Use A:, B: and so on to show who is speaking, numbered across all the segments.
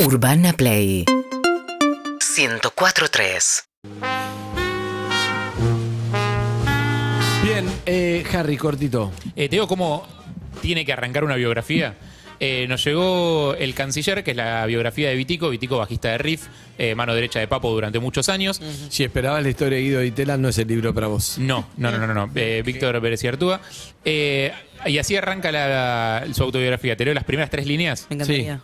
A: Urbana Play 104.3
B: Bien, eh, Harry, cortito.
C: Eh, te digo cómo tiene que arrancar una biografía. Eh, nos llegó El Canciller, que es la biografía de Vitico, Vitico bajista de Riff, eh, mano derecha de Papo durante muchos años.
B: Si esperabas la historia de Guido y Tela, no es el libro para vos.
C: No, no, no, no, no, no. Eh, Víctor Pérez y Artúa. Eh, y así arranca la- su autobiografía. ¿Te leo las primeras tres líneas?
D: Me encantaría.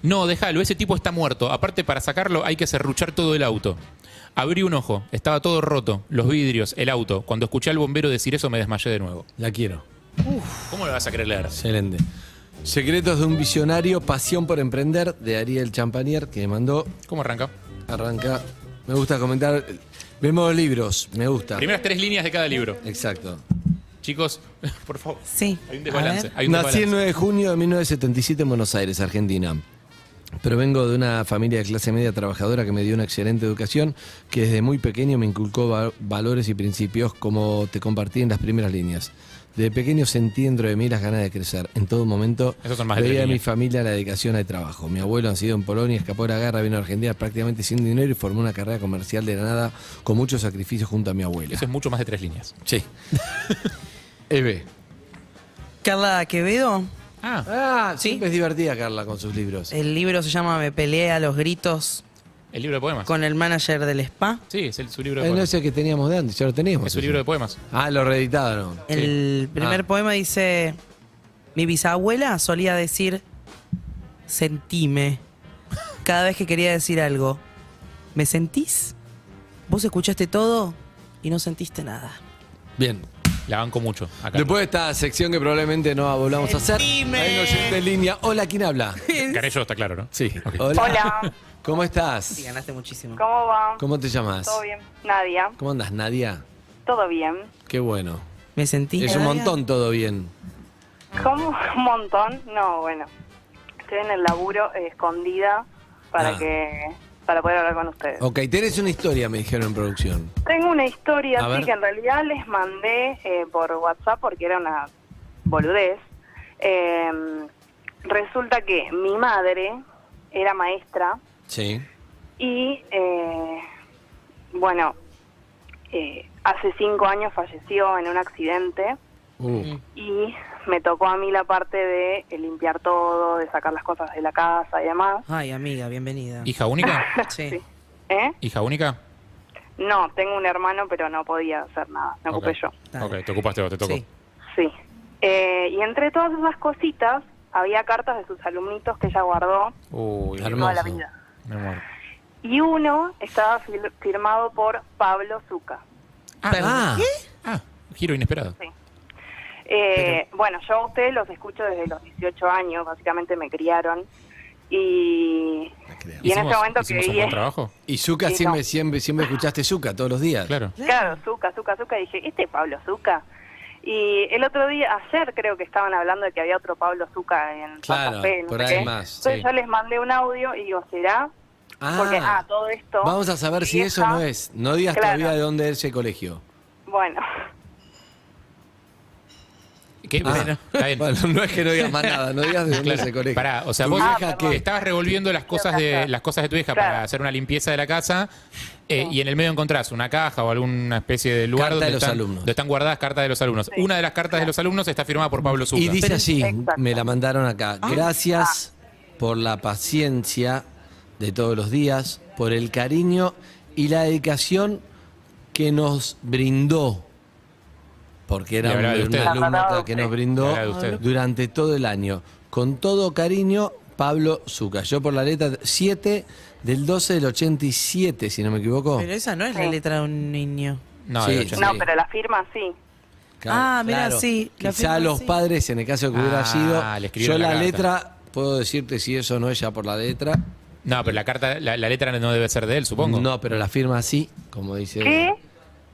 C: No, déjalo, ese tipo está muerto. Aparte, para sacarlo hay que serruchar todo el auto. Abrí un ojo, estaba todo roto, los vidrios, el auto. Cuando escuché al bombero decir eso me desmayé de nuevo.
B: La quiero.
C: ¿Cómo lo vas a querer leer?
B: Excelente. Secretos de un visionario, Pasión por Emprender, de Ariel Champanier, que mandó.
C: ¿Cómo arranca?
B: Arranca. Me gusta comentar. Vemos libros, me gusta.
C: Primeras tres líneas de cada libro.
B: Exacto.
C: Chicos, por favor.
D: Sí.
C: Hay un
D: A
C: desbalance.
D: ver.
C: Hay un
B: Nací el
C: desbalance.
B: 9 de junio de 1977 en Buenos Aires, Argentina. Pero vengo de una familia de clase media trabajadora que me dio una excelente educación, que desde muy pequeño me inculcó va- valores y principios como te compartí en las primeras líneas. Desde pequeño sentí dentro de mí las ganas de crecer. En todo momento
C: Esos son más de
B: veía a
C: tres
B: mi
C: líneas.
B: familia la dedicación al trabajo. Mi abuelo nacido en Polonia, escapó de la guerra, vino a Argentina prácticamente sin dinero y formó una carrera comercial de la nada con muchos sacrificios junto a mi abuela.
C: Eso es mucho más de tres líneas.
B: Sí. Eve.
D: Carla Quevedo,
C: Ah,
B: Ah,
D: Sí. Eh,
B: siempre es divertida Carla con sus libros.
D: el libro se llama Me peleé a los gritos
C: el libro de poemas.
D: con el manager del spa.
C: Sí, es el- su libro de
B: Eh, no
C: poemas.
B: es el que teníamos de antes, ya lo teníamos.
C: Es su libro de poemas.
B: Ah, lo reeditaron.
D: El primer
B: Ah.
D: poema dice, mi bisabuela solía decir, sentime, cada vez que quería decir algo. ¿Me sentís? Vos escuchaste todo y no sentiste nada.
B: Bien.
C: La banco mucho. Acá.
B: Después de esta sección que probablemente no volvamos a hacer, hay un oyente en línea. Hola, ¿quién habla?
C: Carello está claro, ¿no?
B: Sí.
C: Ok.
B: Hola.
E: Hola.
B: ¿Cómo estás?
D: Y ganaste muchísimo.
E: ¿Cómo va?
B: ¿Cómo te llamas?
E: ¿Todo bien? Nadia.
B: ¿Cómo andas, Nadia?
E: ¿Todo bien?
B: Qué bueno.
D: ¿Me sentís?
B: Es un
D: Nadia?
B: montón todo bien.
E: ¿Cómo? ¿Un montón? No, bueno. Estoy en el laburo eh, escondida para
B: Ah.
E: que para poder hablar con ustedes.
B: Ok, tenés una historia, me dijeron en producción.
E: Tengo una historia
B: A
E: así
B: ver.
E: que en realidad les mandé eh, por WhatsApp porque era una boludez. Eh, resulta que mi madre era maestra
B: Sí.
E: y, eh, bueno, eh, hace cinco años falleció en un accidente.
C: Mm.
B: Uh,
E: y me tocó a mí la parte de eh, limpiar todo, de sacar las cosas de la casa y demás.
D: Ay, amiga, bienvenida.
C: ¿Hija única?
D: Sí.
E: Sí. ¿Eh?
C: ¿Hija única?
E: No, tengo un hermano, pero no podía hacer nada, me ocupé
C: Ok.
E: yo.
D: Dale.
C: Ok, te ocupaste vos, te tocó.
D: Sí.
E: Sí. Eh, y entre todas esas cositas, había cartas de sus alumnitos que ella guardó
C: Uy,
B: Hermoso.
E: toda la vida.
C: me muero.
E: Y uno estaba fil- firmado por Pablo Zuca.
B: Ah,
C: Ah, giro inesperado.
E: Eh, Bueno, yo a ustedes los escucho desde los 18 años, básicamente me criaron. Y, y en
C: ¿Hicimos-
E: ese momento que
C: hicimos un
E: vi
C: buen trabajo?
B: y Zuka
E: Sí,
B: siempre,
E: no.
B: siempre, siempre escuchaste Zuka todos los días.
C: Claro.
E: Claro, Zuka, Zuka, Zuka. Dije, ¿este es Pablo Zuka? Y el otro día, ayer creo que estaban hablando de que había otro Pablo Zuka en
B: Claro,
E: Santa Fe. no
B: por
E: sé
B: ahí
E: qué.
B: más,
E: Entonces
B: sí.
E: yo les mandé un audio y digo, ¿será? Porque, ah, todo esto...
B: Vamos a saber si
E: y
B: eso
E: esa-
B: no es. No digas
E: Claro.
B: todavía de dónde es el colegio.
E: Bueno,
C: ¿Qué?
B: Ah,
C: Bueno, está bien.
B: Bueno, no es que no digas más nada, no digas de dónde
C: Ah, Claro.
B: se colegio.
C: Pará, o sea,
B: ¿Tu
C: vos
E: Ah,
B: vieja
E: perdón.
B: qué?
C: estabas revolviendo las cosas de las cosas de tu hija
E: Claro.
C: para hacer una limpieza de la casa eh, y en el medio encontrás una caja o alguna especie de lugar
B: Carta
C: donde,
B: de los
C: están,
B: alumnos.
C: donde están guardadas cartas de los alumnos. Una de las cartas de los alumnos está firmada por Pablo Zucca.
B: Y dice así,
E: Exacto.
B: me la mandaron acá. Gracias por la paciencia de todos los días, por el cariño y la dedicación que nos brindó. Porque
C: Y
B: era un,
C: hablaba de
B: un
C: usted.
B: alumno
E: Hablaba
B: que
E: de
B: nos
E: usted.
B: brindó
C: Hablaba de usted.
B: durante todo el año. Con todo cariño, Pablo Zucca. Yo por la letra 7 del 12 del 87, si no me equivoco.
D: Pero esa no es la
E: Sí.
D: letra de un niño.
C: No,
B: Sí,
C: de ocho.
B: sí.
E: no, pero la firma sí.
D: Ah, mirá, sí, la
B: Quizá
D: firma
B: los
D: sí.
B: padres, en el caso que
C: Ah,
B: hubiera
C: le
B: sido.
C: escribieron
B: Yo
C: la
B: la,
C: carta.
B: letra, puedo decirte si eso no es ya por la letra.
C: No, pero la carta, la, la letra no debe ser de él, supongo.
B: No, pero la firma sí, como dice.
E: ¿Qué?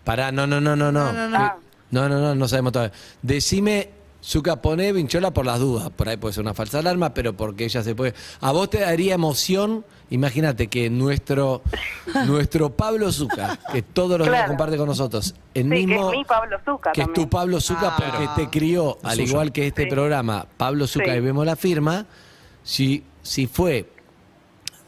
B: Pará, no, no, no, no, no. No, no,
E: Ah.
B: no, no, no sabemos todavía. Decime. Zucca pone vinchola por las dudas. Por ahí puede ser una falsa alarma, pero porque ella se puede. A vos te daría emoción. Imagínate que nuestro nuestro Pablo Zucca, que todos los días
E: Claro.
B: comparte con nosotros, el
E: Sí,
B: mismo.
E: que es mi Pablo Zuca
B: que es
E: también.
B: tu Pablo Zucca
D: Ah.
B: porque te crió, al
C: Suyo.
B: igual que este
E: Sí.
B: programa, Pablo Zucca
E: Sí.
B: y vemos la firma, si, si fue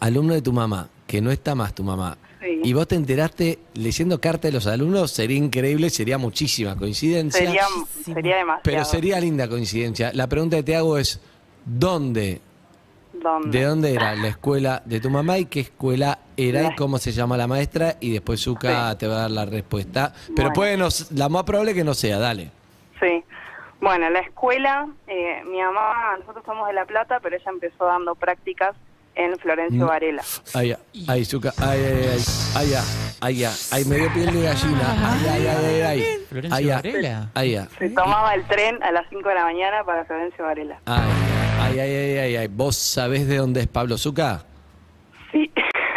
B: alumno de tu mamá, que no está más tu mamá,
E: Sí.
B: y vos te enteraste leyendo carta de los alumnos, sería increíble, sería muchísima coincidencia.
E: Sería, sería demasiado.
B: Pero sería linda coincidencia. La pregunta que te hago es, ¿dónde?
E: ¿Dónde?
B: ¿De dónde era la escuela de tu mamá y qué escuela era y
E: La-
B: cómo se llama la maestra? Y después Zuka te va a dar la respuesta. Pero
E: Bueno.
B: puede no s- la más probable que no sea, dale.
E: Sí. Bueno, la escuela, eh, mi mamá, nosotros somos de La Plata, pero ella empezó dando prácticas en Florencio
B: Mm.
E: Varela.
B: Ay, ay, Zuka, ay, ay, ay, ay, ay, ay, ay, ay, me dio piel de gallina. Ay, ay, ay, ay, ay,
C: Ah, Florencio
B: ay, ay,
C: Varela.
B: ay, ay.
E: Se tomaba el tren a las 5 de la mañana para Florencio Varela.
B: Ay, ay, ay, ay, ay, ay. ¿Vos sabés de dónde es Pablo Zucca?
E: Sí.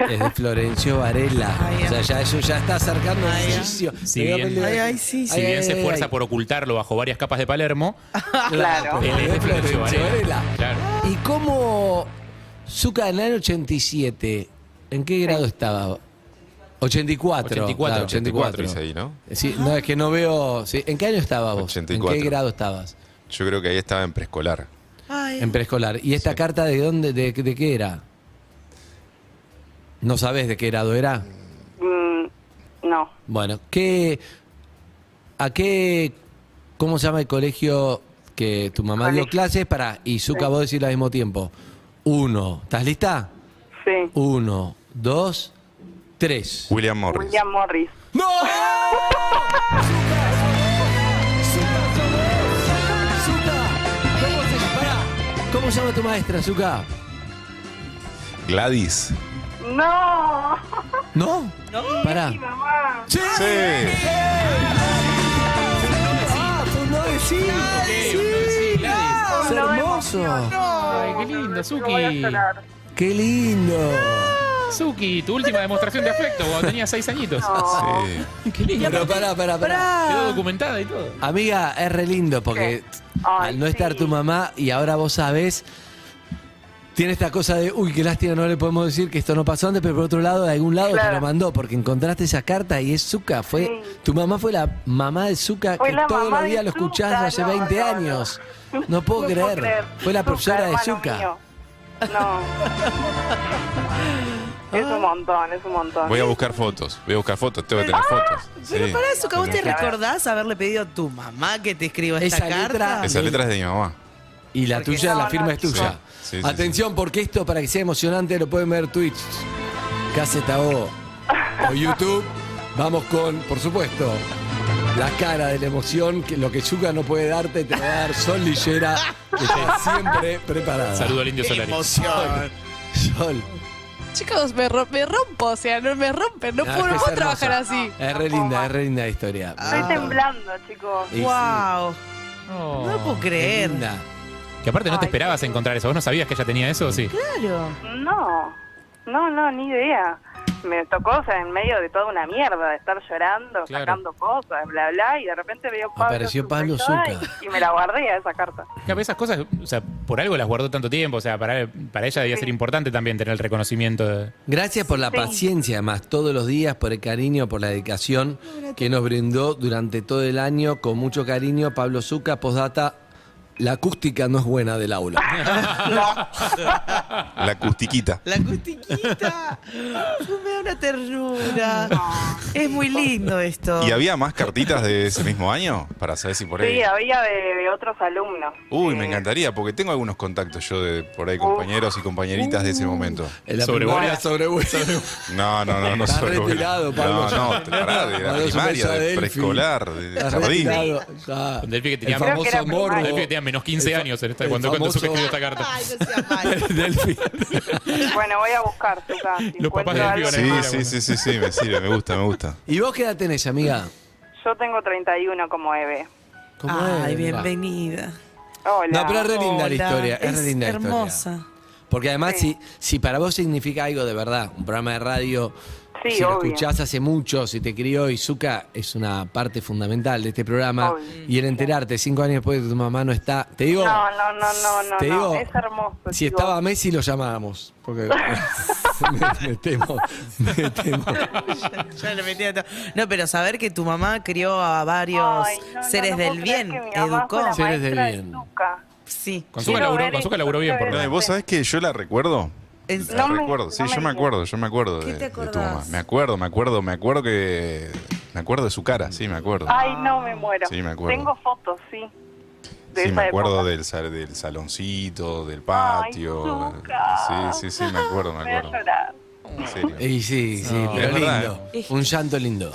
B: Es de Florencio Varela.
D: Ay,
B: o sea, ya, eso ya está acercando el
D: Ay,
B: edificio.
C: Si
B: Me dio
C: bien-
B: piel de
D: Ay,
B: gallina.
D: ay, sí, sí.
B: Ay,
C: Si bien
B: ay,
C: se
B: ay,
C: esfuerza
B: ay. Ah,
C: por ocultarlo bajo varias capas de Palermo,
E: Claro.
C: él es de Florencio Varela. Claro.
B: ¿Y cómo Zucca en el año 87? ¿En qué grado estaba? 84.
C: 84,
B: claro,
A: 84
B: 84.
A: dice ahí, ¿no?
B: Sí, no, es que no veo. sí, ¿En qué año estabas vos? ¿En
A: 84.
B: qué grado estabas?
A: Yo creo que ahí estaba en preescolar.
D: Ay.
B: En preescolar. ¿Y esta carta de dónde, de, de qué era? ¿No sabés de qué grado era?
E: Mm, no.
B: Bueno, ¿qué, ¿a qué, cómo se llama el colegio que tu mamá dio
E: Colegio.
B: clases para y Zuka vos decirlo al mismo tiempo? Uno, ¿estás lista?
E: Sí.
B: Uno, dos, tres.
A: William Morris.
E: William Morris.
B: ¡No! ¿Cómo se llama tu maestra, Zuka?
A: Gladys.
E: No.
B: ¿No? ¿No? Pará.
E: Mi mamá.
B: ¡Sí!
A: Sí.
B: ¡Ah, fue un 9 sí!
C: Sí, Gladys.
B: ¡Es
E: No,
B: hermoso!
C: Ay, qué lindo,
E: Voy a
C: Suki.
E: llorar.
B: ¡Qué lindo!
C: Suki, tu última demostración de afecto cuando tenías seis añitos.
E: No.
A: Sí.
C: Qué lindo.
B: Pero pará, pará, pará.
C: Quedó documentada y todo.
B: Amiga, es re lindo porque
E: Ay,
B: al no estar
E: sí.
B: tu mamá y ahora vos sabés, tiene esta cosa de, uy, qué lástima, no le podemos decir que esto no pasó antes, pero por otro lado, de algún lado te
E: Claro.
B: lo mandó porque encontraste esa carta y es Zuka. Fue,
E: Sí.
B: Tu mamá fue la mamá de Zuka
E: Fue
B: que
E: la
B: todos
E: mamá
B: los días
E: de
B: lo escuchás
E: Zucca,
B: hace
E: no,
B: 20
E: no, no.
B: años. No, puedo, creer. Fue la
E: Zucca,
B: profesora de
E: hermano
B: Zuka.
E: mío. No. es un montón, es un montón.
A: Voy a buscar fotos. Voy a buscar fotos. Tengo que tener
B: Ah,
A: fotos.
D: Pero
A: Sí.
D: para eso, ¿vos te
E: Claro.
D: recordás haberle pedido a tu mamá que te escriba esta
B: Esa
D: carta?
B: letra-
A: Esa letra es de mi mamá.
B: Y la
D: Porque
B: tuya,
E: no,
B: la
E: no,
B: firma es
E: chico.
B: tuya.
A: Sí, sí, sí,
B: Atención, porque esto, para que sea emocionante, lo pueden ver Twitch, Caseta O o YouTube. Vamos con, por supuesto, la cara de la emoción, que lo que Yuka no puede darte, te lo va a dar Sol Lillera, que está siempre preparada.
C: Saludo al Indio Solari.
B: Sol.
F: Chicos, me, ro- me rompo, o sea, no me rompen, no
B: Ah,
F: puedo, no
B: es
F: puedo
B: hermosa.
F: trabajar así.
B: Es re linda, es re linda la historia.
E: Estoy temblando, chicos.
B: Y sí,
D: ¡Wow!
C: No.
D: No lo puedo
B: es
D: creer.
B: linda.
C: Que aparte no te
E: Ay,
C: esperabas encontrar eso. ¿Vos no sabías que ella tenía eso? Sí.
D: Claro.
E: No, no, no, ni idea. Me tocó, o sea, en medio de toda una mierda, de estar llorando,
C: Claro.
E: sacando cosas, bla, bla, y de repente veo Pablo.
B: Apareció
E: Zucca
B: Pablo
E: y yo, ay,
B: Zucca.
E: Y me la guardé a esa carta.
C: Claro, pero esas cosas, o sea, por algo las guardó tanto tiempo. O sea, para, para ella debía ser importante también tener el reconocimiento de.
B: Gracias por la
E: Sí.
B: paciencia, además, todos los días, por el cariño, por la dedicación que nos brindó durante todo el año, con mucho cariño, Pablo Zucca, postdata, la acústica no es buena del aula.
A: La acustiquita.
D: La acustiquita. Me da una ternura. Es muy lindo esto.
A: ¿Y había más cartitas de ese mismo año? Para saber si por ahí.
E: Sí, había de, de otros alumnos.
A: Uy,
E: Eh,
A: me encantaría, porque tengo algunos contactos yo de por ahí compañeros y compañeritas de ese
B: Uh.
A: momento.
B: En la
C: Sobrevuela.
B: primaria sobrevuela.
A: No, no, no, no
B: Está
A: soy bueno.
B: retirado, Pablo, ya.
A: No, no, te pará, de la
B: Pablo es un
A: primaria,
B: beso a
A: de
B: Delphi.
A: preescolar, de
B: Está
A: jardín.
B: retirado, ya.
C: Con Delphi que tenía-
B: el
C: Creo
E: que
B: famoso
E: era
B: morbo.
E: primaria.
C: Delphi que tenía menos 15
B: El fa-
C: años en esta,
B: el
C: cuando, cuando
B: famoso-
C: se escribió esta carta.
D: Ay, no sea malo.
B: Delphi.
E: Eh, Bueno, voy a buscar, Zucca. si
C: Los papás
E: encuentro
C: de
E: algo.
C: Piola.
A: Sí, sí, sí, sí, sí, me sirve, me gusta, me gusta.
B: ¿Y vos qué edad tenés, amiga?
E: Yo tengo 31 como Eve.
D: Ay,
B: es?
D: bienvenida.
E: Hola.
B: No, pero es re linda la
D: Hola.
B: historia. Es, re
D: Es
B: linda la historia.
D: hermosa.
B: Porque además,
E: Sí.
B: si, si para vos significa algo de verdad, un programa de radio,
E: Sí,
B: si lo
E: obvio.
B: escuchás hace mucho, si te crió, y Zuka es una parte fundamental de este programa,
E: Obvio.
B: y el enterarte cinco años después de que tu mamá no está, te digo,
E: No, no, no, no, no,
B: te
E: no,
B: digo,
E: es hermoso,
B: Si
E: digo.
B: estaba Messi, lo llamábamos. Porque me, me temo, me temo.
D: Ya lo metí a to- No, pero saber que tu mamá crió a varios
E: Ay, no, no,
D: seres
E: no puedo
D: del
E: creer
D: bien,
E: que mi mamá
D: educó.
E: fue la
B: Sí. Seres del
E: maestra de
B: bien.
E: Zucca.
D: Sí.
C: Con
E: Quiero
C: Zucca laburó,
E: ver
C: con Zucca
E: esto,
C: laburó bien,
E: quiero
C: por
E: ver
C: lo
A: No, y
C: menos.
A: vos sabés que yo la recuerdo
D: En-
A: La
E: No me-
A: recuerdo,
E: no
A: sí,
E: me
A: yo me
E: digas.
A: acuerdo, yo me acuerdo
G: ¿Qué
A: de,
G: te
A: de tu
G: acordás?
A: mamá. Me acuerdo, me acuerdo, me acuerdo que. Me acuerdo de su cara, sí, me acuerdo.
E: Ay, no, me muero.
A: Ah. Sí, me acuerdo.
E: Tengo fotos, sí. de
A: sí,
E: esa
A: me acuerdo
E: época.
A: del, sal- del saloncito, del patio.
E: Zucca.
A: sí, sí, sí, me acuerdo, me
E: Voy a
A: acuerdo.
E: llorar.
A: En serio.
B: Y sí, sí,
C: No.
B: pero
A: Es verdad,
B: lindo. Un llanto lindo.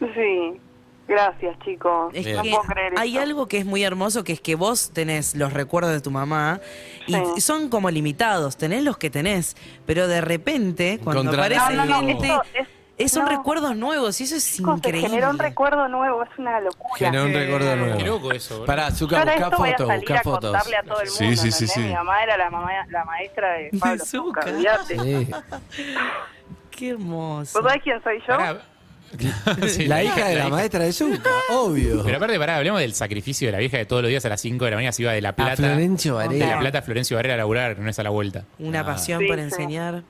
E: Sí. Gracias, chicos.
D: Es
E: no
D: que
E: puedo creer
D: hay
E: esto.
D: algo que es muy hermoso, que es que vos tenés los recuerdos de tu mamá y
E: Sí.
D: son como limitados, tenés los que tenés, pero de repente, cuando
B: Encontrás-
D: aparece
E: No, no, no,
D: gente,
E: esto es-
D: es- son
E: no.
D: recuerdos nuevos y eso es
E: Chicos, se
D: increíble.
E: generó un recuerdo nuevo, es una locura.
B: Genera un recuerdo
C: Qué
B: nuevo.
C: loco eso, boludo.
B: Pará,
E: Yo
B: Zucca,
E: ahora
B: busca
E: esto voy a
B: fotos,
E: salir
B: busca
E: a
B: fotos.
E: contarle a todo el mundo.
A: Sí, sí, sí,
E: ¿entendés?
A: sí.
E: Mi mamá era la, mamá, la maestra de
D: De
E: Pablo.
D: Zucca.
E: Zucca, olvídate.
B: Sí.
D: Qué hermoso.
E: ¿Vos sabés quién soy yo?
C: Pará. Sí,
B: La hija de la maestra de Zucca, obvio.
C: Pero aparte, pará, hablemos del sacrificio de la vieja que todos los días a las 5 de la mañana se iba de La
B: A
C: Plata.
B: Florencio
C: de La
B: Varela.
C: Plata a Florencio Varela a laburar, no es a la vuelta.
D: Una
B: Ah.
D: pasión
E: Sí,
D: por
E: sí.
D: enseñar.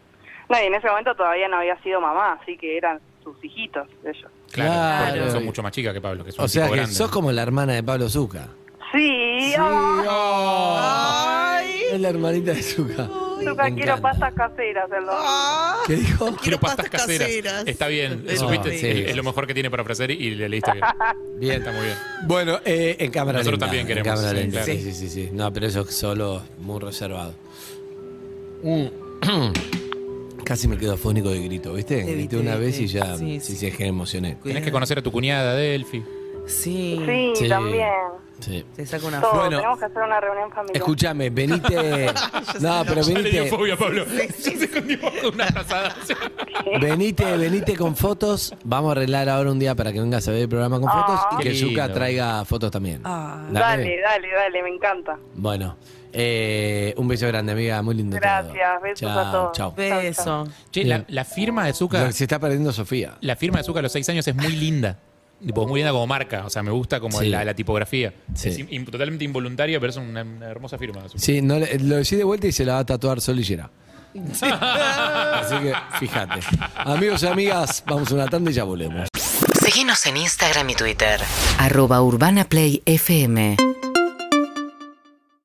E: No, y en ese momento todavía no había sido mamá, así que eran sus hijitos ellos.
C: Claro.
B: Claro.
C: porque Son mucho más chicas que Pablo, que es un
B: O sea
C: tipo
B: que
C: grande.
B: sos como la hermana de Pablo Zucca.
E: Sí,
B: Sí,
E: ah,
B: oh. Es la hermanita de Zucca.
E: Zucca,
B: Me encanta.
E: quiero
B: Ah.
E: pastas caseras. el domingo.
B: ¿Qué dijo?
C: Quiero pastas caseras. Está bien,
B: Eso
C: supiste,
B: sí.
C: es, es lo mejor que tiene para ofrecer y le leíste bien.
B: Bien.
C: Está muy bien.
B: Bueno, eh, en cámara
C: Nosotros
B: lenta,
C: también
B: en
C: queremos,
B: cámara
C: sí,
B: lenta,
C: claro.
B: sí, sí, sí, sí. No, pero eso es solo muy reservado. Mm. Casi me quedo afónico de grito, ¿viste?
D: Te vi,
B: Grité
D: te
B: una
D: vi,
B: vez
D: te
B: y
D: vi.
B: ya sí,
D: Sí,
B: sí,
D: sí.
B: es que me emocioné.
C: Tenés que conocer a tu cuñada, Delphi.
D: Sí.
E: Sí,
B: Sí.
E: también.
B: Sí.
D: Te saca una
E: Todo,
B: Bueno.
E: tenemos que hacer una reunión familiar.
B: Escúchame, venite. no, pero
C: Ya le dio
B: venite.
C: fobia a Pablo. Ya se escondió bajo una frazada.
B: Venite, venite con fotos. Vamos a arreglar ahora un día para que vengas a ver el programa con fotos y
C: Ah, Qué
B: que
C: lindo.
B: Yuka traiga fotos también.
D: Ah.
E: Dale, dale, dale, me encanta.
B: Bueno, eh, un beso grande, amiga. Muy lindo.
E: Gracias,
B: todo.
E: besos
B: Chao,
E: a todos.
B: Chao.
D: Beso.
C: Che, la, la firma de Zucca,
B: Lo que se está perdiendo Sofía.
C: la firma de Zucca a los 6 años es muy linda. Tipo, es muy linda como marca. O sea, me gusta como
B: Sí.
C: la, la tipografía.
B: Sí.
C: Es in- totalmente involuntaria, pero es una, una hermosa firma. de Zucca.
B: Sí, no, le- lo decí de vuelta y se la va a tatuar Solillera. Así que fíjate. Amigos y amigas, vamos a una tanda y ya volvemos.
H: Seguinos en Instagram y Twitter.
I: arroba urbanaplayfm